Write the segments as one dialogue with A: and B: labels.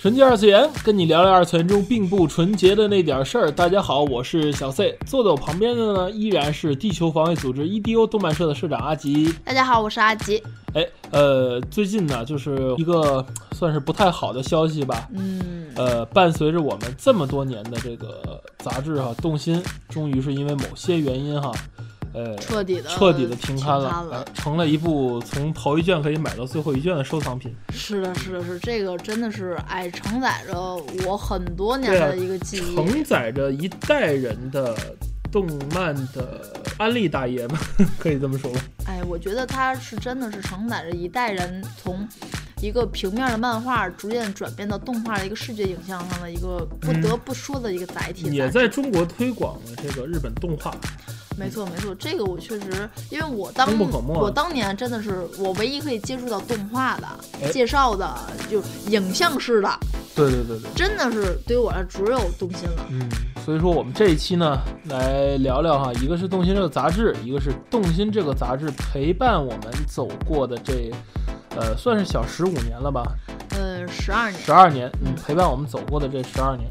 A: 纯洁二次元，跟你聊聊二次元中并不纯洁的那点事儿。大家好，我是小 C，坐在我旁边的呢依然是地球防卫组织 EDO 动漫社的社长阿吉。
B: 大家好，我是阿吉。
A: 哎，呃，最近呢，就是一个算是不太好的消息吧。
B: 嗯，
A: 呃，伴随着我们这么多年的这个杂志哈、动心，终于是因为某些原因哈，呃，
B: 彻底的
A: 彻底的停刊了，
B: 了。
A: 呃成了一部从头一卷可以买到最后一卷的收藏品。
B: 是的，是的，是这个真的是哎，承载着我很多年
A: 对啊
B: 的一个记忆。
A: 承载着一代人的动漫的安利大爷吧， 可以这么说吧。
B: 哎，我觉得它是真的是承载着一代人从一个平面的漫画逐渐转变到动画的一个视觉影像上的一个不得不说的一个载体。
A: 嗯也在中国推广了这个日本动画，
B: 没错没错，这个我确实，因为我当
A: 功不可没
B: 我当年真的是我唯一可以接触到动画的、
A: 哎
B: 介绍的，就影像式的，
A: 对对对对，
B: 真的是对于我来说只有动心了。
A: 嗯，所以说我们这一期呢，来聊聊哈，一个是《动心》这个杂志，一个是《动心》这个杂志陪伴我们走过的这，呃，算是小十五年了吧，
B: 呃，十二年
A: 十，二年，嗯
B: 嗯，
A: 陪伴我们走过的这十二年。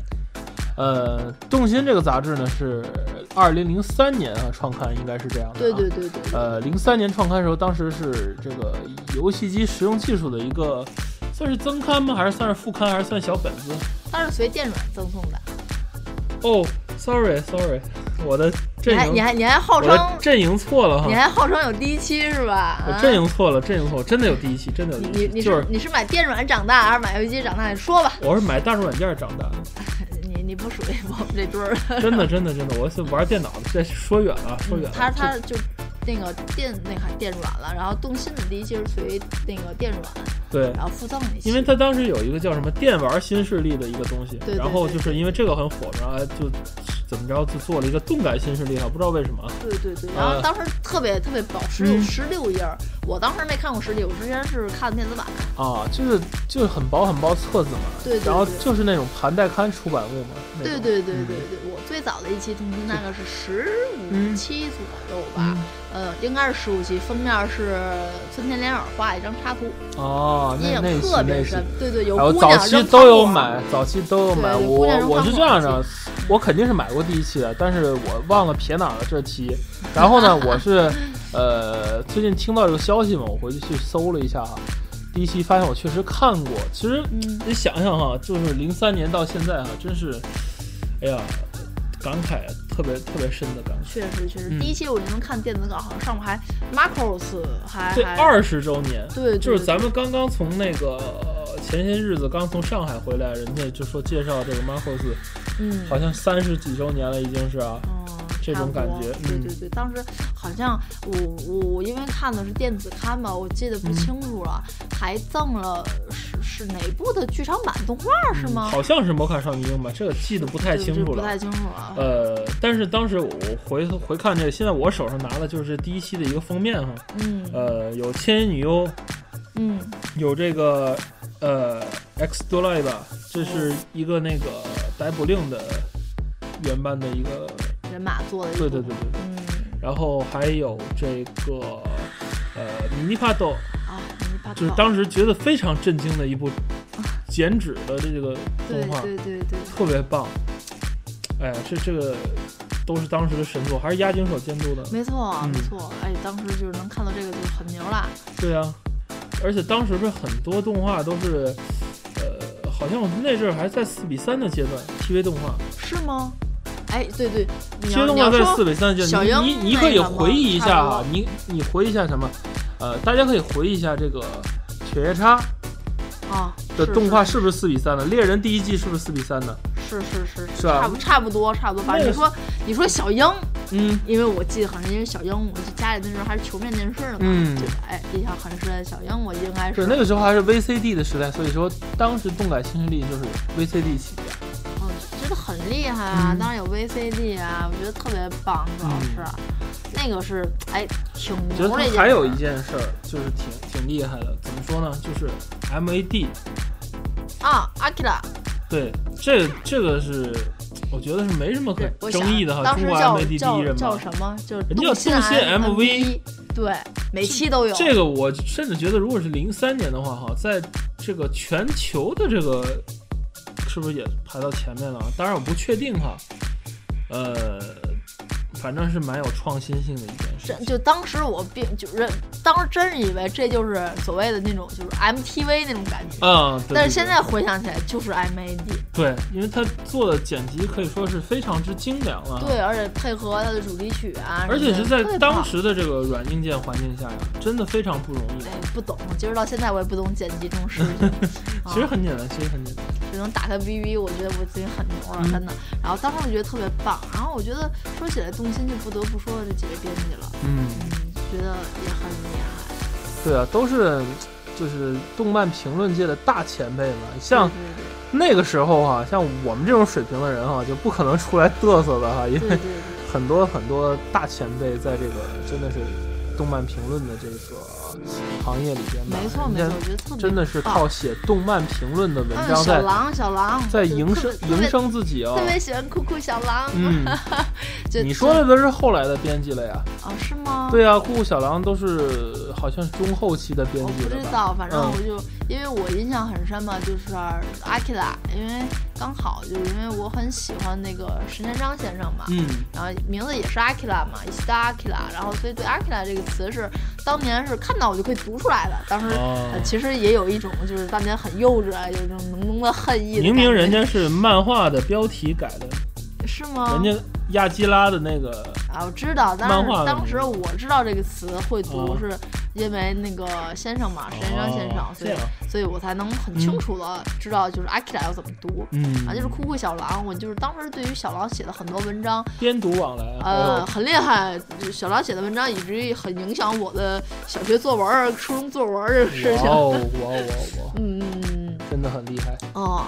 A: 呃，《动心》这个杂志呢是二零零三年啊创刊，应该是这样的、啊。
B: 对对对对，
A: 呃，零三年创刊的时候，当时是这个游戏机实用技术的一个，算是增刊吗？还是算是副刊？还是算小本子？
B: 它是随电软赠送的。
A: 哦，sorry，sorry，我的
B: 你还
A: 阵
B: 你
A: 营，
B: 还你还号
A: 我的
B: 称
A: 阵营错了
B: 你
A: 哈，
B: 还号称有第一期是吧？
A: 我
B: 啊
A: 阵营错了，阵营错了，真的有第一期，真的有
B: 你
A: 第
B: 你
A: 一期，
B: 你
A: 就是
B: 是你是买电软长大还是买游戏机长大？你说吧，
A: 我是买大众软件长大的。
B: 你你不属于我们这堆儿的。
A: 真的，真的，真的，我是玩电脑的。这说远了，说远了。
B: 嗯他
A: 这
B: 他就那个电那个电软了，然后动心的第一期是随那个电软，
A: 对，
B: 然后附赠一期。
A: 因为他当时有一个叫什么“电玩新势力”的一个东西，
B: 对对
A: 然后就是因为这个很火，然后就怎么着就做了一个动感新势力哈，不知道为什么啊。
B: 对对对，然后
A: 呃
B: 当时特别特别薄，十
A: 嗯
B: 六十六页儿，我当时没看过实体，我之前是看电子版。
A: 啊，就是就是很薄很薄册子嘛，
B: 对对对
A: 然后就是那种盘带刊出版物嘛，那
B: 对
A: 种嗯
B: 对对对对，我最早的一期通心大概是十
A: 嗯
B: 五期左右吧，呃，应该是十五期，封面是村田莲耳画一张插图，
A: 哦，
B: 印
A: 那
B: 象
A: 那期
B: 特
A: 那
B: 别
A: 期
B: 深。。对对，有
A: 然后
B: 姑
A: 早
B: 娘
A: 期
B: 扔
A: 都有
B: 糖果
A: 买，早期都有买。
B: 对有
A: 我
B: 姑娘扔
A: 我是
B: 糖
A: 这
B: 果
A: 样的
B: 机，
A: 我肯定是买过第一期的，但是我忘了撇哪儿了这期。 然后呢，我是呃最近听到这个消息嘛，我回去去搜了一下哈，第一期发现我确实看过。其实
B: 嗯，
A: 你想想哈，就是零三年到现在哈，真是，哎呀，感慨特别特别深的感慨。
B: 确实确实，
A: 嗯
B: 第一期我就能看电子稿，好像上面还 Marcos 还
A: 这
B: 还
A: 二十周年，
B: 对，对
A: 就是
B: 对
A: 咱们刚刚从那个呃前些日子刚从上海回来，人家就说介绍这个 Marcos。
B: 嗯
A: 好像三十几周年了，已经是啊。
B: 嗯，
A: 这种
B: 差不多
A: 感觉
B: 对
A: 嗯
B: 对对，当时好像我我我因为看的是电子刊嘛，我记得不
A: 嗯
B: 清楚了，还赠了是是哪部的剧场版动画是吗？
A: 嗯好像是《魔卡少女樱》吧，这个记得不太
B: 对
A: 清
B: 这
A: 楚
B: 不
A: 了
B: 太。清楚了。
A: 呃，但是当时我回回看这个，现在我手上拿的就是第一期的一个封面哈，
B: 嗯
A: 呃，有千与女优，
B: 嗯，
A: 有这个呃 X d o l i 吧，这是一个那个逮捕令的原班的一个，
B: 人马做的一
A: 对
B: 部
A: 对对对，
B: 嗯
A: 然后还有这个呃米尼帕豆，
B: 啊，你把
A: 就是
B: 搞
A: 当时觉得非常震惊的一部剪纸的这个
B: 对
A: 动画，
B: 啊对对对，
A: 特别棒。哎呀，这这个都是当时的神作，还是押井守监督的。
B: 没错
A: 嗯
B: 没错，哎，当时就是能看到这个就很牛了。
A: 对啊，而且当时不是很多动画都是，呃，好像我们那阵儿还在四比三的阶段，TV 动画
B: 是吗？哎，对对，你
A: ，TV
B: 要
A: 动
B: 你
A: 画
B: 要
A: 在四
B: 说
A: 比三的阶
B: 小
A: 段，你
B: 樱
A: 你你
B: 那
A: 可以
B: 个吗
A: 回忆一下
B: 差不多
A: 啊，你你回忆一下什么？呃，大家可以回忆一下这个犬夜叉
B: 啊
A: 的
B: 是
A: 动
B: 是
A: 画是不是四比三的？猎人第一季是不是四比三的？
B: 是是是
A: 是吧
B: 差不差不多差不多。反
A: 那
B: 正
A: 个
B: 你说你说小樱，
A: 嗯
B: 因为我记得好像因为小鹦鹉就家里那时候还是球面电视呢嘛，
A: 嗯
B: 就哎印象很深。小鹦鹉应该是
A: 对，那个时候还是 VCD 的时代，所以说当时动感新势力就是 VCD 起家。
B: 哦，觉得很厉害啊！
A: 嗯
B: 当然有 VCD 啊，我觉得特别棒，主要是、那个是哎挺
A: 其实
B: 牛的一件事
A: 嗯它
B: 儿。
A: 还有一件事儿就是挺挺厉害的，怎么说呢？就是 MAD，
B: 啊，阿基拉，
A: 对，这这个是我觉得是没什么
B: 对
A: 可，
B: 我想
A: 争议的哈，
B: 当
A: 中
B: 时
A: 国
B: 叫
A: MAD 第一
B: 叫
A: 人
B: 叫
A: 嘛。
B: 什么？就是
A: 人哎家叫
B: 信
A: 动信
B: MV，对，每期都有。
A: 这个我甚至觉得，如果是零三年的话，哈，在这个全球的这个是不是也排到前面了啊？当然我不确定哈，呃，反正是蛮有创新性的一件事
B: 真
A: 情。
B: 就当时我并就认，当时真是以为这就是所谓的那种就是 MTV 那种感觉，
A: 嗯，对对
B: 但是现
A: 对
B: 在回想起来就是 MAD，、
A: 对，因为他做的剪辑可以说是非常之精良了。
B: 对，，而且配合它的主题曲
A: 啊
B: 啊，
A: 而且是
B: 什么的
A: 在
B: 特别棒
A: 当时的这个软硬件环境下呀，真的非常不容易，
B: 哎。不懂，其实到现在我也不懂剪辑这种事情
A: 其实
B: 啊
A: 很简单，其实很简单。
B: 只能打开 VV，我觉得我自己很牛了，
A: 嗯
B: 真的。然后当时我觉得特别棒，然后我觉得说起来动心就不得不说这几位编辑了，
A: 嗯，
B: 嗯，觉得也很厉害。
A: 对啊，都是就是动漫评论界的大前辈嘛。像
B: 对
A: 那个时候啊，像我们这种水平的人啊哈、就不可能出来嘚瑟的哈、因
B: 对对
A: 为
B: 对对对。
A: 很多很多大前辈在这个真的是动漫评论的这个行业里边 吧，
B: 没错没
A: 人
B: 错，
A: 家
B: 我觉得特别
A: 真的是
B: 棒
A: 靠写动漫评论的文
B: 嗯
A: 章
B: 小
A: 在
B: 狼小狼
A: 在
B: 就
A: 营
B: 特
A: 生
B: 别特
A: 营
B: 别
A: 生自己啊、
B: 特别喜欢酷酷小狼，
A: 嗯，
B: 就
A: 你说的都是后来的编辑了呀？
B: 啊是吗？
A: 对啊，酷酷小狼都是好像是中后期的编
B: 我
A: 辑
B: 不
A: 了
B: 知
A: 吧？
B: 道，反正
A: 嗯
B: 我就、因为我印象很深嘛，就是阿基拉，因为刚好就是因为我很喜欢那个石田章先生嘛，
A: 嗯，
B: 然后名字也是阿基拉嘛，伊西达阿基拉，然后所以对阿基拉这个词是当年是看到我就可以读出来的，当时、
A: 哦
B: 呃其实也有一种就是当年很幼稚啊，有一种浓浓的恨意的
A: 明明
B: 感觉
A: 人家是漫画的标题改的，
B: 是吗？
A: 人家亚基拉的那个，
B: 啊，我知道，但
A: 漫画
B: 是
A: 的
B: 当
A: 名
B: 时
A: 字
B: 我知道这个词会读
A: 哦，
B: 是因为那个先生嘛，石岩章先生
A: 哦，
B: 所以
A: 这样
B: 所以我才能很
A: 嗯
B: 清楚的知道就是阿基拉要怎么读。
A: 嗯
B: 啊，就是酷酷小狼，我就是当时对于小狼写的很多文章，
A: 编读往来，
B: 呃，
A: 哦，
B: 很厉害。就是小狼写的文章，以至于很影响我的小学作文儿、初中作文儿这个事
A: 哇
B: 情。
A: 哦哇哦哇哦，
B: 嗯嗯嗯
A: 真的很厉害，
B: 嗯哦。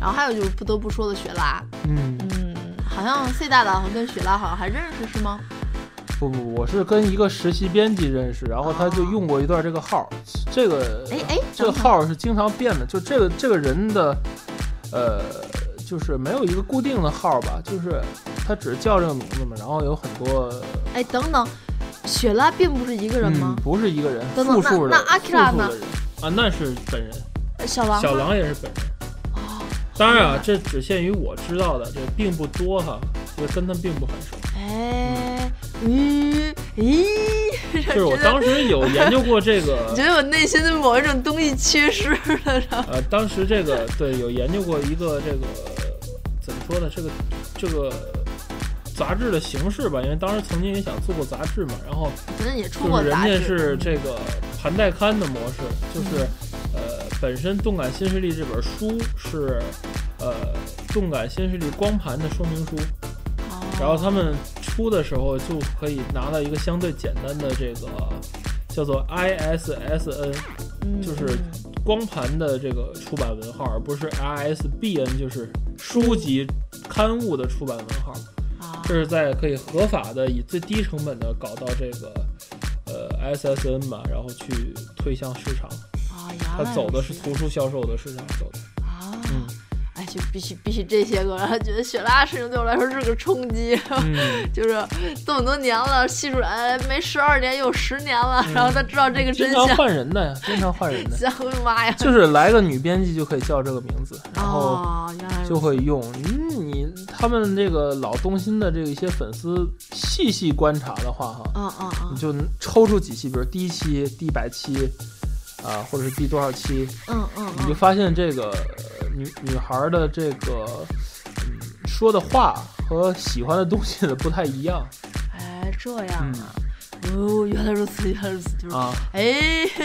B: 然后还有就是不得不说的雪拉，
A: 嗯，
B: 嗯，好像 C 大大跟雪拉好像还认识是吗？
A: 不不，我是跟一个实习编辑认识，然后他就用过一段这个号，这个
B: 哎哎，
A: 这个
B: 等等
A: 号是经常变的，就这个这个人的，呃，就是没有一个固定的号吧，就是他只是叫这个名字嘛，然后有很多
B: 哎，等等，雪拉并不是一个人吗
A: 嗯？不是一个人，
B: 等等
A: 复数的
B: 那那阿
A: 复
B: 基拉
A: 数
B: 呢
A: 的人啊，那是本人，
B: 呃小狼吗，
A: 嗯小狼也是本人。
B: 哦，
A: 当然啊，这只限于我知道的，这并不多哈，也跟他并不很 熟。
B: 哎，咦咦，
A: 嗯就是我当时有研究过这个
B: 我觉得我内心的某一种东西缺失了，然后
A: 呃，当时这个对有研究过一个这个怎么说呢？这个这个杂志的形式吧，因为当时曾经也想做过杂志嘛，然后
B: 反正也出
A: 就
B: 过
A: 是人
B: 杂
A: 家
B: 志，嗯
A: 是这个盘带刊的模式，就是呃，本身《动感新势力》这本书是呃《动感新势力》光盘的说明书，
B: 哦，
A: 然后他们出的时候就可以拿到一个相对简单的这个叫做 ISSN。
B: 嗯
A: 就是光盘的这个出版文号，而不是 ISBN，就是书籍刊物的出版文号。
B: 啊
A: 这是在可以合法的以最低成本的搞到这个呃 SSN 吧，然后去推向市场。
B: 啊，原
A: 它
B: 来
A: 走
B: 如
A: 的
B: 此
A: 是图书销售的市场走的。
B: 啊。
A: 嗯
B: 哎，就比起比起这些个，然后觉得雪拉事情对我来说是个冲击，
A: 嗯，
B: 就是这么多年了，细数哎没十二年有十年了，然后他知道这个
A: 嗯经
B: 真
A: 常
B: 相，
A: 换人的呀，经常换人 的。
B: 吓我的妈呀！
A: 就是来个女编辑就可以叫这个名字，然后
B: 哦，原来如
A: 就
B: 此
A: 会用。嗯，你他们这个老东新的这一些粉丝细细观察的话，哈，
B: 嗯嗯
A: 你
B: 嗯
A: 就抽出几期，比如第一期、第一百期，啊、或者是第多少期，
B: 嗯嗯
A: 你就
B: 嗯，
A: 发现这个呃女女孩儿的这个嗯说的话和喜欢的东西的不太一样
B: 哎，这样啊。哦，原来如此，原来如此，就是，
A: 嗯啊。
B: 哎，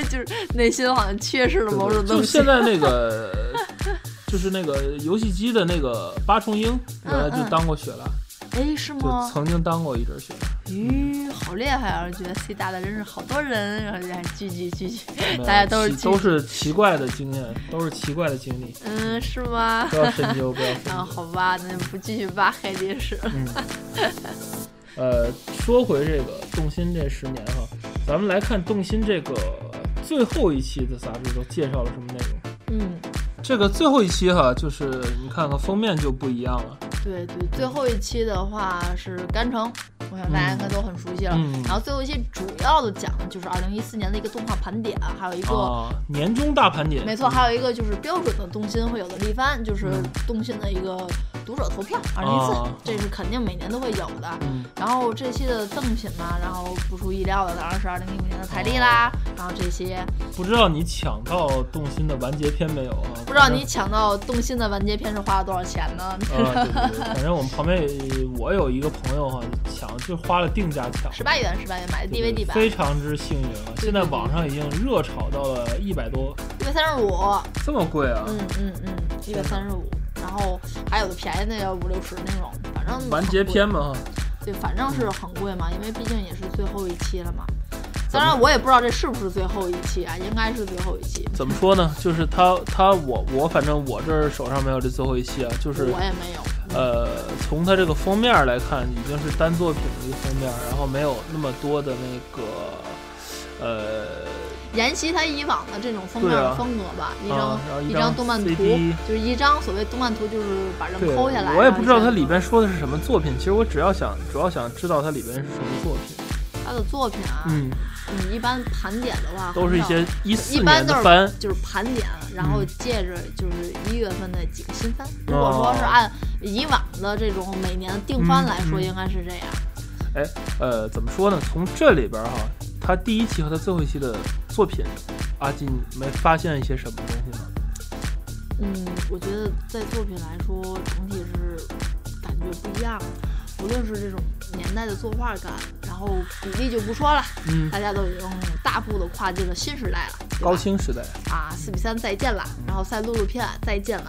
B: 就是内心好像缺失了某种
A: 就
B: 东
A: 是
B: 西
A: 现。在那个，
B: 嗯
A: 就是那个游戏机的那个八重樱，原来就当过雪了。
B: 哎，是
A: 就
B: 吗？
A: 曾经当过一 阵学生。
B: 咦，好厉害啊！觉得 C 大的认识好多人，然后就还哎聚聚聚聚，
A: 没有
B: 大家都是
A: 奇
B: 记
A: 都是奇怪的经验，都是奇怪的经历，
B: 嗯，是吗
A: 不？要深究，不要 深
B: 啊，
A: 究。
B: 好吧，那就不继续扒黑历史。
A: 嗯，呃，说回这个动心这十年哈，咱们来看动心这个呃最后一期的杂志都介绍了什么内容。
B: 嗯，
A: 这个最后一期哈，就是你看看封面就不一样了，
B: 对对，最后一期的话是甘城，我想大家应该都很熟悉了。
A: 嗯
B: 然后最后一期主要的讲的就是二零一四年的一个动画盘点，还有一个、
A: 啊，年终大盘点，
B: 没错，还有一个就是标准的动心会有的力帆，就是
A: 嗯
B: 动心的一个读者投票，二零一
A: 啊
B: 四，这是肯定每年都会有的。
A: 嗯，
B: 然后这期的赠品嘛，然后不出意料的当然是二零一五年的台历啦，然后这些
A: 不知道你抢到动心的完结篇没有啊？
B: 不知道
A: 反正
B: 你抢到动心的完结篇是花了多少钱呢？
A: 啊，对对对，反正我们旁边我有一个朋友哈，抢就花了定价抢，
B: 十八元，十八元买的
A: 对对
B: DVD 版，
A: 非常之幸运啊！现在网上已经热炒到了一百多，
B: 一百三十五，
A: 这么贵啊？
B: 嗯嗯嗯，一百三十五。然后还有的便宜的要五六十那种，反正很
A: 完结
B: 贵
A: 篇嘛哈，
B: 对，反正是很贵嘛，因为毕竟也是最后一期了嘛。当然，我也不知道这是不是最后一期啊，应该是最后一期，
A: 怎么说呢？就是他他我我反正我这儿手上没有这最后一期啊，就是
B: 我也没有。
A: 呃，从它这个封面来看，已经是单作品的一个封面，然后没有那么多的那个呃
B: 沿袭他以往的这种封面
A: 对啊
B: 风格吧，一
A: 啊然后
B: 张
A: 一
B: 一
A: 张
B: 张动漫图
A: CD，
B: 就是一张所谓动漫图，就是把人
A: 对，
B: 抠下来。啊
A: 我也不知道
B: 然后
A: 它
B: 一张
A: 里边说的是什么作品。其实我只要想，主要想知道它里边是什么作品。
B: 他的作品啊，
A: 嗯，
B: 你一般盘点的话，
A: 都是一些一
B: 一
A: 四
B: 般
A: 年
B: 都
A: 的
B: 是
A: 番。
B: 就是盘点，然后借着就是一月份的几个新番。如果
A: 哦
B: 说是按以往的这种每年定番来说，
A: 嗯嗯
B: 应该是这样。
A: 呃，怎么说呢？从这里边哈，它第一期和它最后一期的作品，阿金你没发现一些什么东西吗？
B: 嗯，我觉得在作品来说，整体是感觉不一样的。无论是这种年代的作画感，然后比例就不说了，
A: 嗯，
B: 大家都已经大步的跨进了新时代了，对吧
A: 高清时代。
B: 啊，四比三再见了，然后赛璐璐片再见了，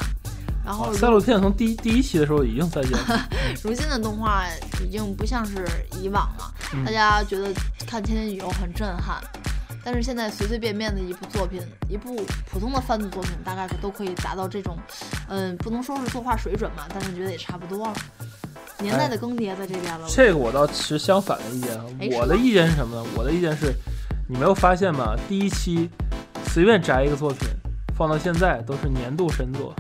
B: 然后
A: 啊，
B: 哦如
A: 赛璐片从第一第一期的时候已经 再见了。
B: 如今的动画已经不像是以往了，
A: 嗯
B: 大家觉得看《天天宇宙》很震撼，但是现在随随便便的一部作品，一部普通的番子作品，大概是都可以达到这种，嗯，不能说是作画水准吧，但是觉得也差不多了。年代的
A: 哎
B: 更迭在这边了，
A: 这个我倒持相反的意见啊
B: 哎。
A: 我的意见是什么呢？我的意见是，你没有发现吗？第一期随便摘一个作品，放到现在都是年度神作。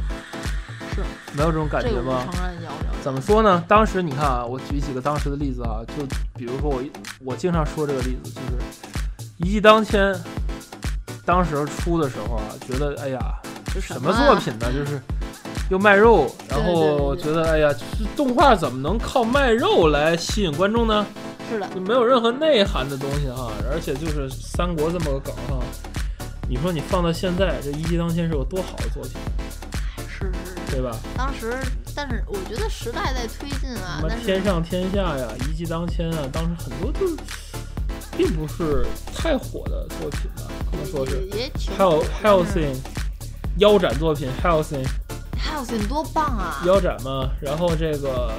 B: 是
A: 没有这种感
B: 这
A: 觉
B: 个我
A: 吗？
B: 承认有有。
A: 怎么说呢？当时你看啊，我举几个当时的例子啊，就比如说我一我经常说这个例子，就是一骑当千，当时出的时候啊，觉得哎呀，
B: 这
A: 什
B: 什
A: 么
B: 么啊
A: 作品呢？就是又卖肉，然后
B: 对对
A: 觉得哎呀，这动画怎么能靠卖肉来吸引观众呢？
B: 是的，
A: 就没有任何内涵的东西哈，而且就是三国这么个梗哈，你说你放到现在，这一骑当千是有多好的作品，
B: 是是是。
A: 对吧？
B: 当时，但是我觉得时代在推进啊
A: 什，么
B: 但是
A: 天上天下呀，一骑当千啊，当时很多就是并不是太火的作品吧，可能说是。
B: 也也挺嗯
A: 还有还有
B: 但是
A: Helsing 腰斩作品 Helsing
B: 还有挺多棒啊！
A: 腰斩嘛，然后这个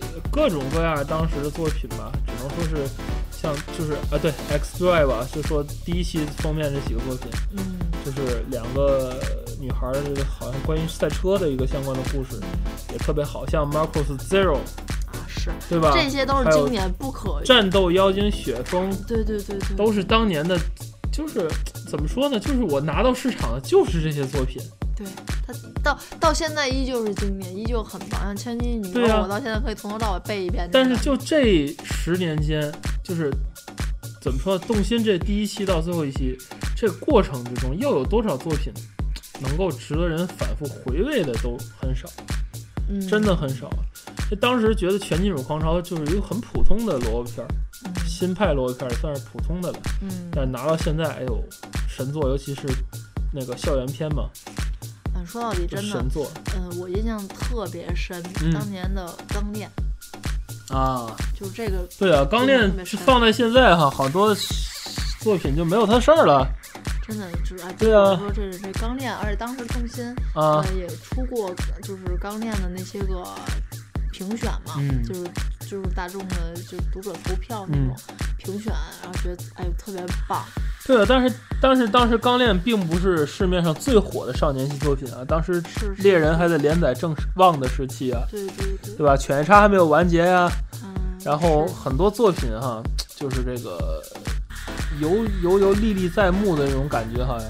A: 呃各种各样当时的作品吧，只能说是像就是啊对 X Drive 吧，就说第一期封面这几个作品，
B: 嗯，
A: 就是两个女孩儿的这个好像关于赛车的一个相关的故事，也特别好，像 Marcos Zero
B: 啊是，
A: 对吧？
B: 这些都是
A: 还有
B: 经典不可。
A: 战斗妖精雪峰
B: 对对对对，
A: 都是当年的，就是怎么说呢？就是我拿到市场的就是这些作品。
B: 对它到到现在依旧是经典，依旧很棒。像《千金女
A: 对》，啊
B: 我到现在可以从头到尾背一遍。
A: 但是就这十年间，就是怎么说呢，动心这第一期到最后一期，这个过程之中，又有多少作品能够值得人反复回味的都很少，
B: 嗯
A: 真的很少。这当时觉得《全金属狂潮》就是一个很普通的萝卜片儿，新派萝卜片儿也算是普通的了。
B: 嗯嗯
A: 但拿到现在，哎呦，神作，尤其是那个校园片嘛，
B: 嗯，说到底
A: 就
B: 真的
A: 神，作
B: 嗯，我印象特别深，
A: 嗯
B: 当年的《钢炼
A: 啊。》
B: 就是这个，
A: 对啊，钢炼放在现在哈，好多作品就没有他事儿了
B: 真的就是哎，
A: 对啊
B: 我说这是这《钢炼》，而且当时动心
A: 啊
B: 呃，也出过就是《钢炼》的那些个评选嘛，
A: 嗯
B: 就是就是大众的就读者投票那种评选，然后觉得哎呦特别棒。
A: 对的，但是但是当时《钢炼》并不是市面上最火的少年系作品啊，当时
B: 是是
A: 猎人还在连载正旺的时期啊，
B: 对对对，
A: 对吧？《犬夜叉》还没有完结呀、
B: 嗯。
A: 然后
B: 是
A: 很多作品哈，就是这个犹犹犹历历在目的那种感觉，好像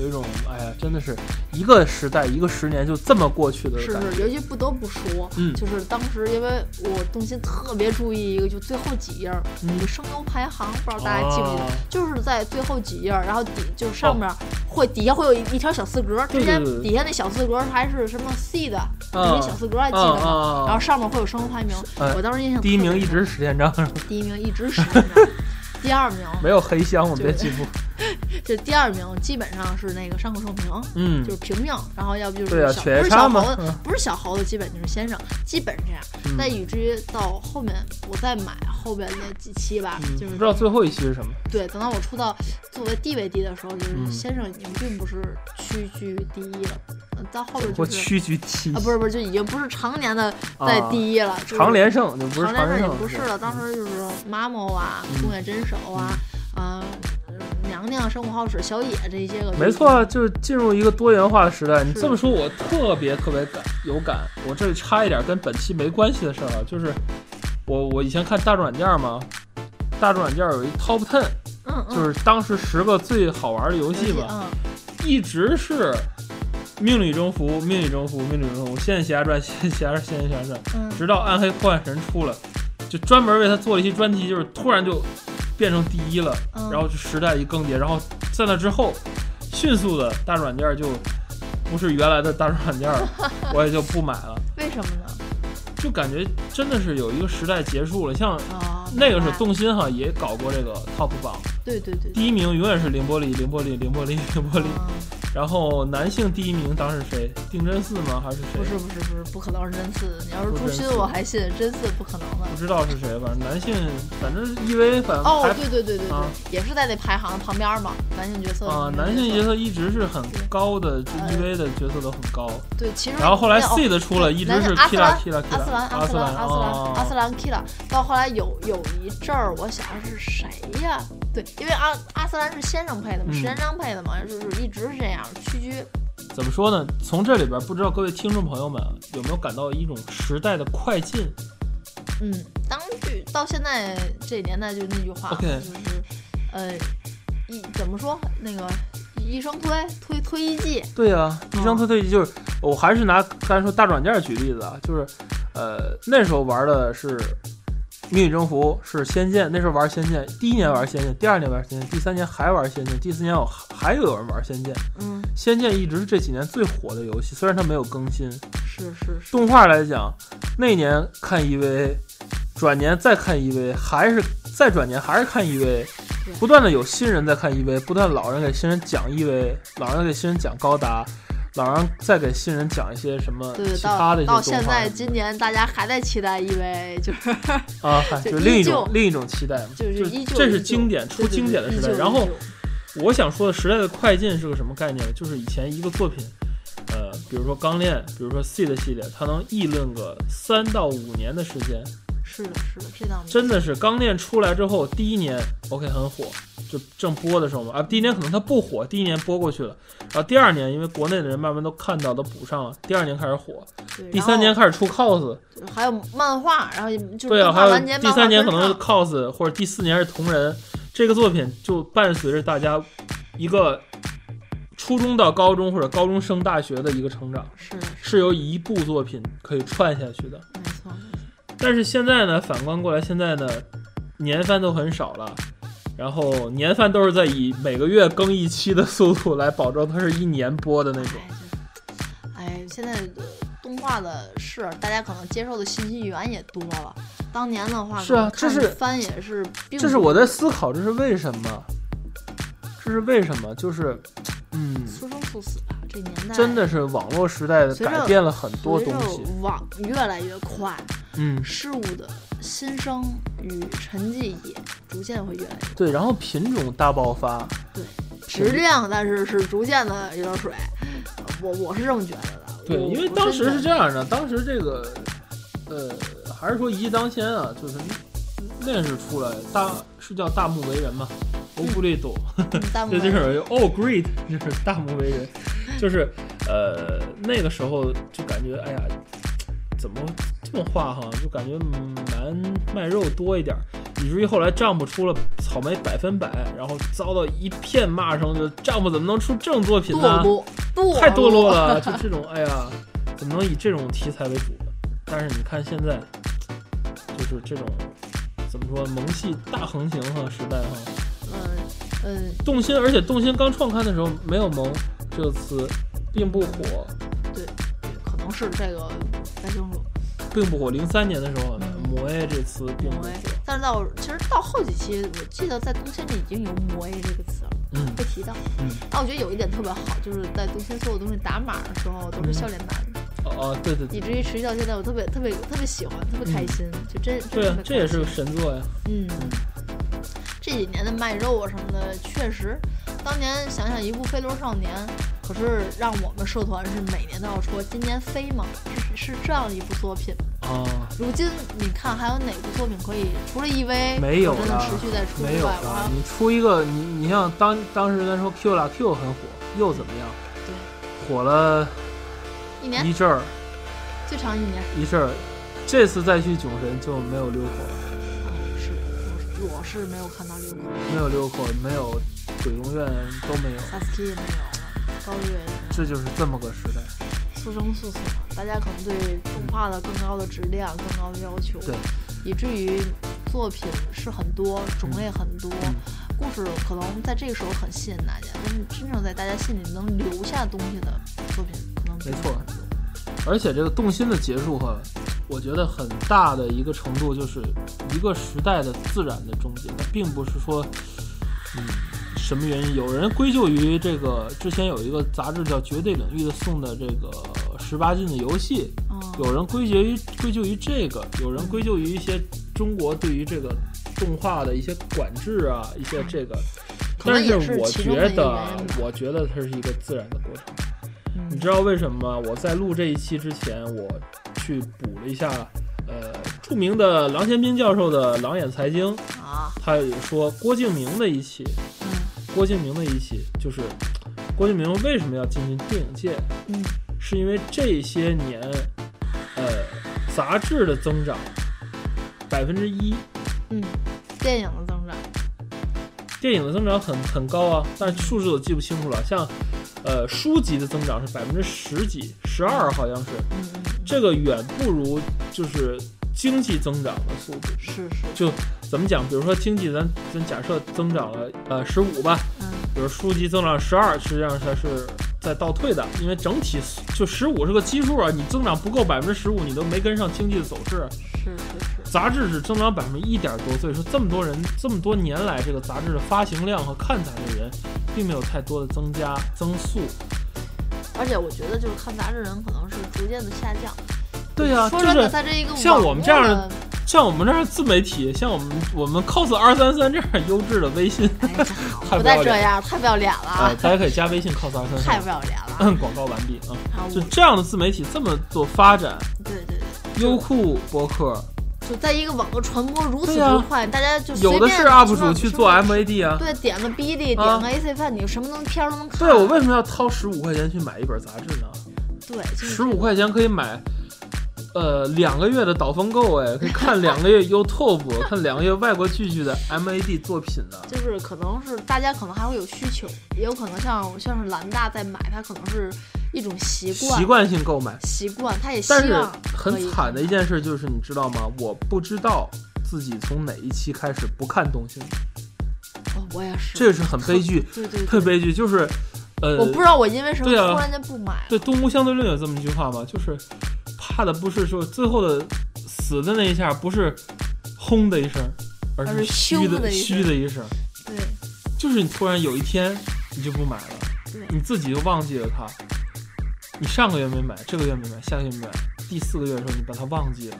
A: 有一种哎呀，真的是一个时代一个十年就这么过去的
B: 是
A: 感觉。
B: 是，尤其不得不说，
A: 嗯
B: 就是当时因为我动心特别注意一个，就最后几页儿
A: 嗯
B: 有个声优排行，不知道大家记不记得，
A: 啊
B: 就是在最后几页儿，然后底就是上面会、底下会有一一条小四格儿，
A: 对
B: 之前
A: 对对
B: 底下那小四格儿还是什么 C 的，
A: 啊
B: 那些小四格儿还记得吗？
A: 啊啊啊
B: 然后上面会有声优排名，
A: 哎
B: 我当时印象
A: 第一
B: 特别
A: 名一
B: 深
A: 直是石田章，
B: 第一名一 直是那样，第二名
A: 没有黑箱，我们
B: 对
A: 别欺 负。
B: 就第二名基本上是那个山口胜平，
A: 嗯
B: 就是平平，然后要不就
A: 对啊
B: 是小、
A: 犬夜
B: 不是
A: 叉
B: 小
A: 嘛
B: 猴
A: 嗯
B: 子，不是小猴子，基本就是先生，基本是这样。
A: 嗯
B: 但以至于到后面，我再买后边那几期吧，
A: 嗯
B: 就是
A: 不知道最后一期是什么。
B: 对，等到我出到作为地位低的时候，就是
A: 嗯
B: 先生已经并不是屈居第一了，呃到后边
A: 我
B: 就是
A: 屈居七
B: 啊，不是不是，就已经不是常年的在
A: 啊
B: 第一了，就是
A: 常连胜，就不是
B: 常连胜也
A: 胜，
B: 不是了，当时就是妈妈啊
A: 嗯、
B: 宫野真守啊、嗯、娘娘、神武好使、小野这些个，
A: 没错啊，，就是进入一个多元化的时代。你
B: 是
A: 这么说，我特别特别感有感。我这里插一点跟本期没关系的事儿啊，就是我我以前看大众软件嘛，大众软件有一 Top Ten，
B: 嗯嗯，
A: 就是当时十个最好玩的游
B: 游
A: 戏嘛，
B: 嗯，
A: 一直是命里征服，命里征服，命里征服，仙剑奇侠 传，仙剑奇侠传，仙剑奇侠传，
B: 嗯
A: 直到暗黑破坏神出了，就专门为他做了一期专题，就是突然就变成第一了。
B: 嗯，
A: 然后就时代一更迭，然后在那之后，迅速的大众软件就不是原来的大众软件了，我也就不买了，
B: 为什么呢？
A: 就感觉真的是有一个时代结束了。像
B: 啊，
A: 那个时
B: 明
A: 候
B: 白
A: 动心哈也搞过这个 Top 榜，
B: 对对对，
A: 第一名永远是凌波丽，凌波丽，凌波丽，凌波丽。
B: 嗯
A: 然后男性第一名当时谁？定真寺吗？还是谁？
B: 不是不是不是，不可能是真四。你要是
A: 不是真
B: 朱
A: 嗯
B: 勋，
A: 四
B: 我还信，真四不可能的
A: 不。知道是谁，反正男性，反正 EV 反正
B: 哦
A: 排，
B: 对对对对
A: 啊
B: 对，也是在那排行旁边嘛，男性角色
A: 啊，男性角
B: 色
A: 色一直是很高的，就
B: 呃
A: EV 的角色都很高。
B: 对，其实
A: 然后后来
B: 那哦
A: C 的出了，一直是
B: 男的
A: Kira
B: 阿
A: Kira
B: 阿
A: Kira
B: 斯兰阿斯兰阿斯兰阿斯
A: 兰，哦
B: 兰 Kira，到后来有有一阵儿，我想是谁呀？对，因为阿阿斯兰是先生配的嘛，
A: 嗯
B: 石岩章配的嘛，就是一直是这样屈居。
A: 怎么说呢？从这里边不知道各位听众朋友们啊有没有感到一种时代的快进？
B: 嗯，当句到现在这年代就那句话嘛
A: OK
B: 就是呃，一怎么说那个一生推推推一季，
A: 对呀、啊，
B: 嗯
A: 一生推推就是，我还是拿刚才说大软件举例子啊，就是，呃，那时候玩的是《命运征服》，是《仙剑》，那时候玩《仙剑》，第一年玩《仙剑》，第二年玩《仙剑》，第三年还玩《仙剑》，第四年我还还有人玩《仙剑》，《
B: 嗯，
A: 仙剑》一直是这几年最火的游戏，虽然它没有更新，
B: 是是是，
A: 动画来讲，那年看 EVA，转年再看 EVA，还是再转年还是看 EVA，
B: 对
A: 不断的有新人在看 EVA，不断老人给新人讲 EVA，老人给新人讲高达，老人再给新人讲一些什么
B: 对，
A: 其他
B: 到
A: 的一些
B: 到
A: 动
B: 现在
A: 画
B: 今年大家还在期待 EVA，就是
A: 啊，嗨
B: 就
A: 就另一
B: 依旧
A: 种另一种期待嘛，
B: 就是依旧
A: 这
B: 依
A: 是
B: 旧
A: 经典出经典的时代。然后我想说的时代的快进是个什么概念呢？就是以前一个作品，呃，比如说《钢炼》，比如说《C 的系列，它能议论个三到五年的时间。
B: 是的是的，这倒没
A: 真的是刚练出来之后，第一年 OK 很火，就正播的时候嘛，啊，第一年可能它不火，第一年播过去了，然后第二年因为国内的人慢慢都看到都补上了，第二年开始火，
B: 对
A: 第三年
B: 然
A: 开始出 cos，
B: 后还有漫画，然后就是
A: 对啊，
B: 动
A: 还
B: 画
A: 有
B: 完结，
A: 第
B: 漫画
A: 三年可
B: 跟
A: 能是
B: 上
A: cos 或者第四年是同人，这个作品就伴随着大家一个初中到高中或者高中升大学的一个成长，
B: 是的是
A: 是由一部作品可以串下去的。
B: 的没错，没错
A: 但是现在呢，反观过来，现在呢，年番都很少了，然后年番都是在以每个月更一期的速度来保证它是一年播的那种。
B: 哎，现在呃动画的是大家可能接受的信息源也多了。当年的话，
A: 是啊
B: 可能
A: 这是
B: 看番也是并不，
A: 这是我在思考，这是为什么？这是为什么？就是，嗯，
B: 速生速死吧，这年代
A: 真的是网络时代
B: 随着
A: 改变了很多
B: 随
A: 东
B: 着
A: 西。
B: 网越来越快，
A: 嗯，
B: 事物的新生与沉寂也逐渐会越来越
A: 对，然后品种大爆发，
B: 质量，但是是逐渐的有点水。我我是这么觉得的。
A: 对，
B: 我
A: 因为
B: 我
A: 当
B: 真
A: 时
B: 的
A: 是这样的，当时这个，呃，还是说一骑当先啊，就是那是出来大是叫大目为人嘛，欧布利多，
B: 弹幕
A: 这就是 Oh great，就是 大目为人，就是呃那个时候就感觉哎呀，怎么这么画哈，就感觉蛮卖肉多一点儿，以至于后来丈夫出了草莓百分百，然后遭到一片骂声，就是丈夫怎么能出这种作品呢
B: 堕？落，堕
A: 太堕落 了，就这种，哎呀，怎么能以这种题材为主呢？但是你看现在，就是这种怎么说，萌系大横行啊哈时代哈，
B: 嗯嗯，
A: 动心，而且动心刚创刊的时候没有“萌”这个词，并不火，
B: 可能是这个不太清楚。
A: 并不火。零三年的时候
B: 嗯，
A: 母 A 这个词并不
B: 魔
A: 火
B: A，，但是到其实到后几期，我记得在东森里已经有魔 A 这个词了，
A: 嗯
B: 会提到。
A: 嗯，
B: 但我觉得有一点特别好，就是在东森所有东西打码的时候
A: 嗯
B: 都是笑脸版，
A: 哦哦，对对对。
B: 以至于持续到现在，我特别特别特别喜欢，特别开心，就真真
A: 嗯对
B: 的
A: 啊
B: 特别，
A: 这也是
B: 开
A: 个
B: 心
A: 神作呀！
B: 嗯，这几年的卖肉啊什么的，确实，当年想想一部《飞轮少年》，可是让我们社团是每年都要说今年飞嘛，是是这样一部作品。
A: 啊，
B: 如今你看还有哪部作品可以除了 EVA
A: 没有
B: 真的
A: 了
B: 持续在出
A: 没
B: 之
A: 有
B: 外，我还
A: 啊！你出一个，你你像当当时咱说 Q 啦 Q 很火，又怎么样？
B: 对
A: 火了
B: 一年
A: 一阵儿，
B: 最长一年，
A: 一阵儿，这次再去囧神就没有溜口了，
B: 啊是我是我是没有看到六个
A: 没有溜口，没有鬼龙院都没有，
B: Sasuke 也没有了，高月也没有
A: 这就是这么个时代。
B: 速生速死嘛，大家可能对动画的更高的质量、更高的要求，
A: 对，
B: 以至于作品是很多，种类很多，
A: 嗯
B: 故事可能在这个时候很吸引大家，但是真正在大家心里能留下东西的作品，可能并
A: 没
B: 不
A: 错
B: 很多
A: 而且这个动心的结束哈，我觉得很大的一个程度就是一个时代的自然的终结，它并不是说，嗯，什么原因？有人归咎于这个之前有一个杂志叫《绝对领域》的送的这个十八禁的游戏，
B: 嗯，
A: 有人归结于归咎于这个，有人归咎于一些中国对于这个动画的一些管制啊，一些这个。
B: 嗯可能
A: 但
B: 也
A: 是我
B: 其
A: 觉
B: 中的一个
A: 得
B: 原因吧，。
A: 我觉得它是一个自然的过程。你
B: 嗯
A: 知道为什么吗？我在录这一期之前，我去补了一下，呃，著名的郎咸平教授的《狼眼财经》，
B: 啊，
A: 他有说郭敬明的一期，
B: 嗯
A: 郭敬明的一期就是郭敬明为什么要进军电影界，
B: 嗯
A: 是因为这些年，呃，杂志的增长百分之一，
B: 嗯，电影的增长，
A: 电影的增长很很高啊，但是数字我记不清楚了，像，呃，书籍的增长是百分之十几，十二好像是。
B: 嗯嗯，嗯
A: 这个远不如就是经济增长的速度。
B: 是是，
A: 怎么讲？比如说经济咱，咱假设增长了呃十五吧，
B: 嗯
A: 比如书籍增长十二，实际上它是在倒退的，因为整体就十五是个基数啊，你增长不够百分之十五，你都没跟上经济的走势。啊
B: 是是是，
A: 杂志只增长百分之一点多，所以说这么多人这么多年来，这个杂志的发行量和看杂志的人，并没有太多的增加增速。
B: 而且我觉得就是看杂志人可能是逐渐的下降。
A: 对啊，
B: 说
A: 就
B: 真的，
A: 是
B: 在这一个
A: 像我们这样
B: 的
A: 的，像我们这样自媒体，像我们我们 cos 二三三这样优质的微信，
B: 哎呀，
A: 太
B: 好不
A: 不要
B: 带这
A: 脸
B: 样，太不要脸了
A: 啊，
B: 啊，
A: 大家可以加微信 cos 二
B: 太
A: 三
B: 不要脸了
A: 三。广告完毕啊！
B: 啊！我
A: 就这样的自媒体这么做发展，
B: 对对对，
A: 优酷博客
B: 就在一个网络传播如此
A: 对呀啊
B: 之快，大家就随
A: 有的是
B: 便
A: UP 主
B: 说
A: 去做
B: 说
A: MAD 啊。
B: 对，啊点个哔哩，点
A: 啊
B: 个 AC 饭，你什么能片儿都能看。
A: 对，我为什么要掏十五块钱去买一本杂志呢？
B: 对就是
A: 十五块钱可以买，呃，两个月的导风购，哎，可以看两个月 YouTube，看两个月外国剧剧的 MAD 作品呢。
B: 就是可能是大家可能还会有需求，也有可能像像是兰大在买，它可能是一种习惯，
A: 习惯性购买，
B: 习惯，他也希
A: 但是
B: 望可
A: 很
B: 以
A: 惨的一件事就是，你知道吗？我不知道自己从哪一期开始不看东西，
B: 哦，我也是，
A: 这是很悲剧，
B: 对对
A: 特
B: 对，
A: 悲剧。就是，呃，
B: 我不知道我因为什么
A: 对啊
B: 突然间不买了，
A: 对《东吴相对论》有这么一句话嘛，就是怕的不是说最后的死的那一下，不是轰的一声，而
B: 而是
A: 是虚
B: 咻的一声
A: 虚的一声。
B: 对
A: 就是你突然有一天你就不买了
B: 对，
A: 你自己就忘记了它。你上个月没买，这个月没买，下个月没买，第四个月的时候你把它忘记了，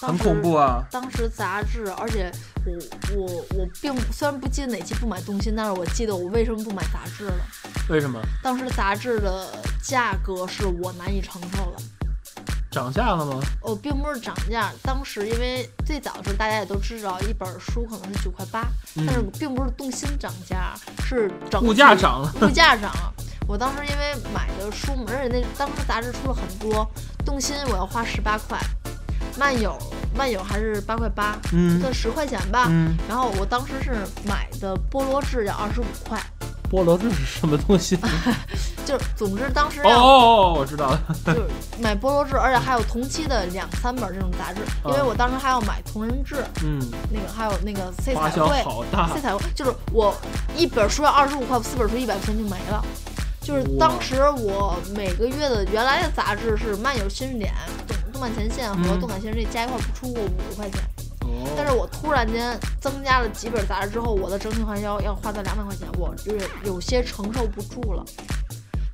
A: 很恐怖。啊！
B: 当时杂志，而且我我我并不虽然不记得哪期不买东西，但是我记得我为什么不买杂志了。
A: 为什么？
B: 当时杂志的价格是我难以承受的，
A: 涨价了吗？
B: 哦，并不是涨价，当时因为最早的时候大家也都知道，一本书可能是九块八、
A: 嗯
B: 但是并不是动心涨价，是整
A: 物价
B: 体
A: 涨了，
B: 物价涨了。我当时因为买的书嘛，而且那当时杂志出了很多，动心我要花十八块，漫友漫友还是八块八，
A: 嗯
B: 算十块钱吧。
A: 嗯，
B: 然后我当时是买的菠萝制要二十五块，
A: 菠萝这是什么东西？
B: 就是总之当时
A: 哦
B: 要
A: 哦哦，我知道了，
B: 就是买菠萝制，而且还有同期的两三本这种杂志，因为
A: 嗯
B: 我当时还要买同人志，
A: 嗯，
B: 那个还有那个 C
A: 花
B: 彩
A: 销
B: 绘
A: 好大
B: ，C，彩绘就是我一本书要二十五块，四本书一百块钱就没了。就是
A: 哇
B: 当时我每个月的原来的杂志是《漫友新视点》动《动漫前线》和
A: 嗯
B: 《动感新视力》加一块不出过五十块钱，
A: 哦
B: 但是我突然间增加了几本杂志之后，我的整体花销要花到两百块钱，我就是有些承受不住了。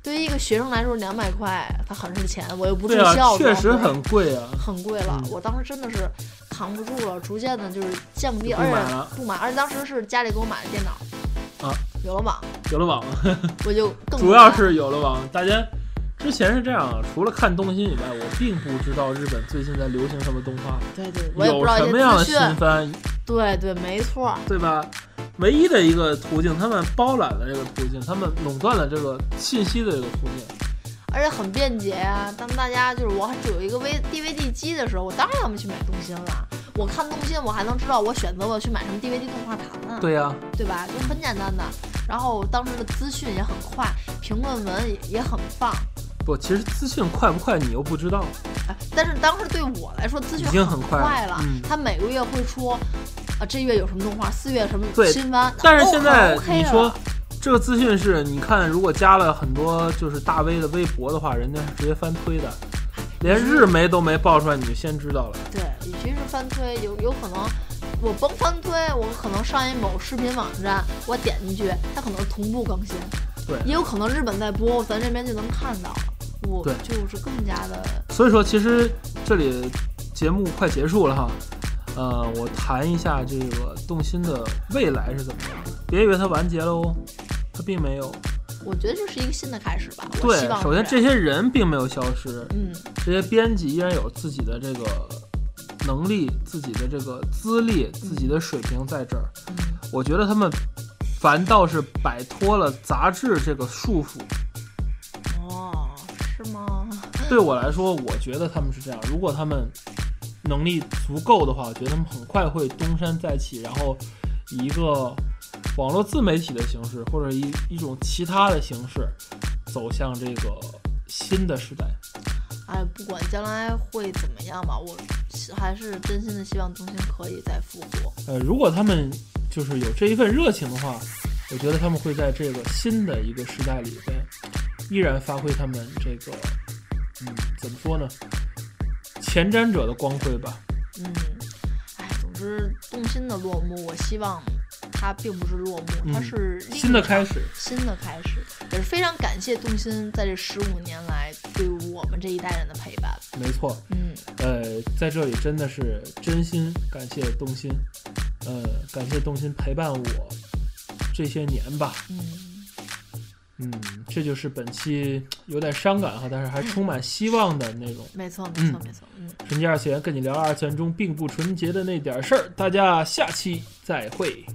B: 对于一个学生来说，两百块它很是钱，我又不住
A: 对啊，
B: 校，主
A: 确
B: 要
A: 实
B: 是
A: 很贵啊，
B: 很贵了
A: 嗯，
B: 我当时真的是扛不住了，逐渐的就是降低，
A: 就不
B: 而
A: 买了
B: 且不买，而且当时是家里给我买的电脑，
A: 啊，
B: 有了网，
A: 有了网吗？
B: 我就更
A: 主要是有了网，大家之前是这样啊，除了看动心以外，我并不知道日本最近在流行什么动画，
B: 对对，我也不
A: 有
B: 知道
A: 什
B: 一
A: 么样
B: 些
A: 的
B: 资讯
A: 新，番，
B: 对对，没错，
A: 对吧？唯一的一个途径，他们包揽了这个途径，他们垄断了这个信息的这个途径。
B: 而且很便捷啊。当大家就是我有一个 V DVD 机的时候，我当然要么去买动心了。我看动心，我还能知道我选择我去买什么 DVD 动画盘啊，
A: 对呀、
B: 对吧？就很简单的。然后当时的资讯也很快，评论文也也很棒。
A: 不，其实资讯快不快你又不知道，
B: 哎，但是当时对我来说，资
A: 已
B: 讯
A: 经很快
B: 快了，
A: 嗯，
B: 他每个月会出，啊，这月有什么动画，四月什么
A: 对
B: 新番。
A: 但是
B: 哦
A: 现在
B: 很 OK
A: 你说
B: 了
A: 这个资讯是，你看如果加了很多就是大 V 的微博的话，人家是直接翻推的，连日媒都没爆出来，你就先知道了。
B: 对，与其是翻推，有有可能我甭翻推，我可能上一某视频网站，我点进去，它可能同步更新，
A: 对
B: 也有可能日本在播，咱这边就能看到了。我
A: 对
B: 就是更加的，
A: 所以说，其实这里节目快结束了哈，呃，我谈一下这个动心的未来是怎么样的。别以为它完结了哦，它并没有。
B: 我觉得这是一个新的开始吧。我
A: 对
B: 希，望
A: 首先
B: 是
A: 这些人并没有消失，
B: 嗯，
A: 这些编辑依然有自己的这个能力、自己的这个资历、自己的水平在这儿。
B: 嗯
A: 我觉得他们反倒是摆脱了杂志这个束缚。
B: 哦，是吗？
A: 对我来说，我觉得他们是这样。如果他们能力足够的话，我觉得他们很快会东山再起，然后以一个网络自媒体的形式，或者一一种其他的形式，走向这个新的时代。
B: 哎，不管将来会怎么样吧，我还是真心的希望东京可以再复活。
A: 呃，如果他们就是有这一份热情的话，我觉得他们会在这个新的一个时代里边，依然发挥他们这个，嗯，怎么说呢，前瞻者的光辉吧。
B: 嗯，哎，总之动心的落幕，我希望它并不是落幕，它
A: 嗯
B: 是另一
A: 新的
B: 场
A: 开始，
B: 新的开始，也是非常感谢动心在这十五年来对我们这一代人的陪伴。
A: 没错。
B: 嗯，
A: 呃，在这里真的是真心感谢动心，呃，感谢动心陪伴我这些年吧。
B: 嗯，
A: 嗯，这就是本期有点伤感哈，但是还充满希望的那种。
B: 没错，没
A: 嗯
B: 错，没错。嗯，
A: 纯洁二次元跟你聊二次元中并不纯洁的那点事儿，大家下期再会。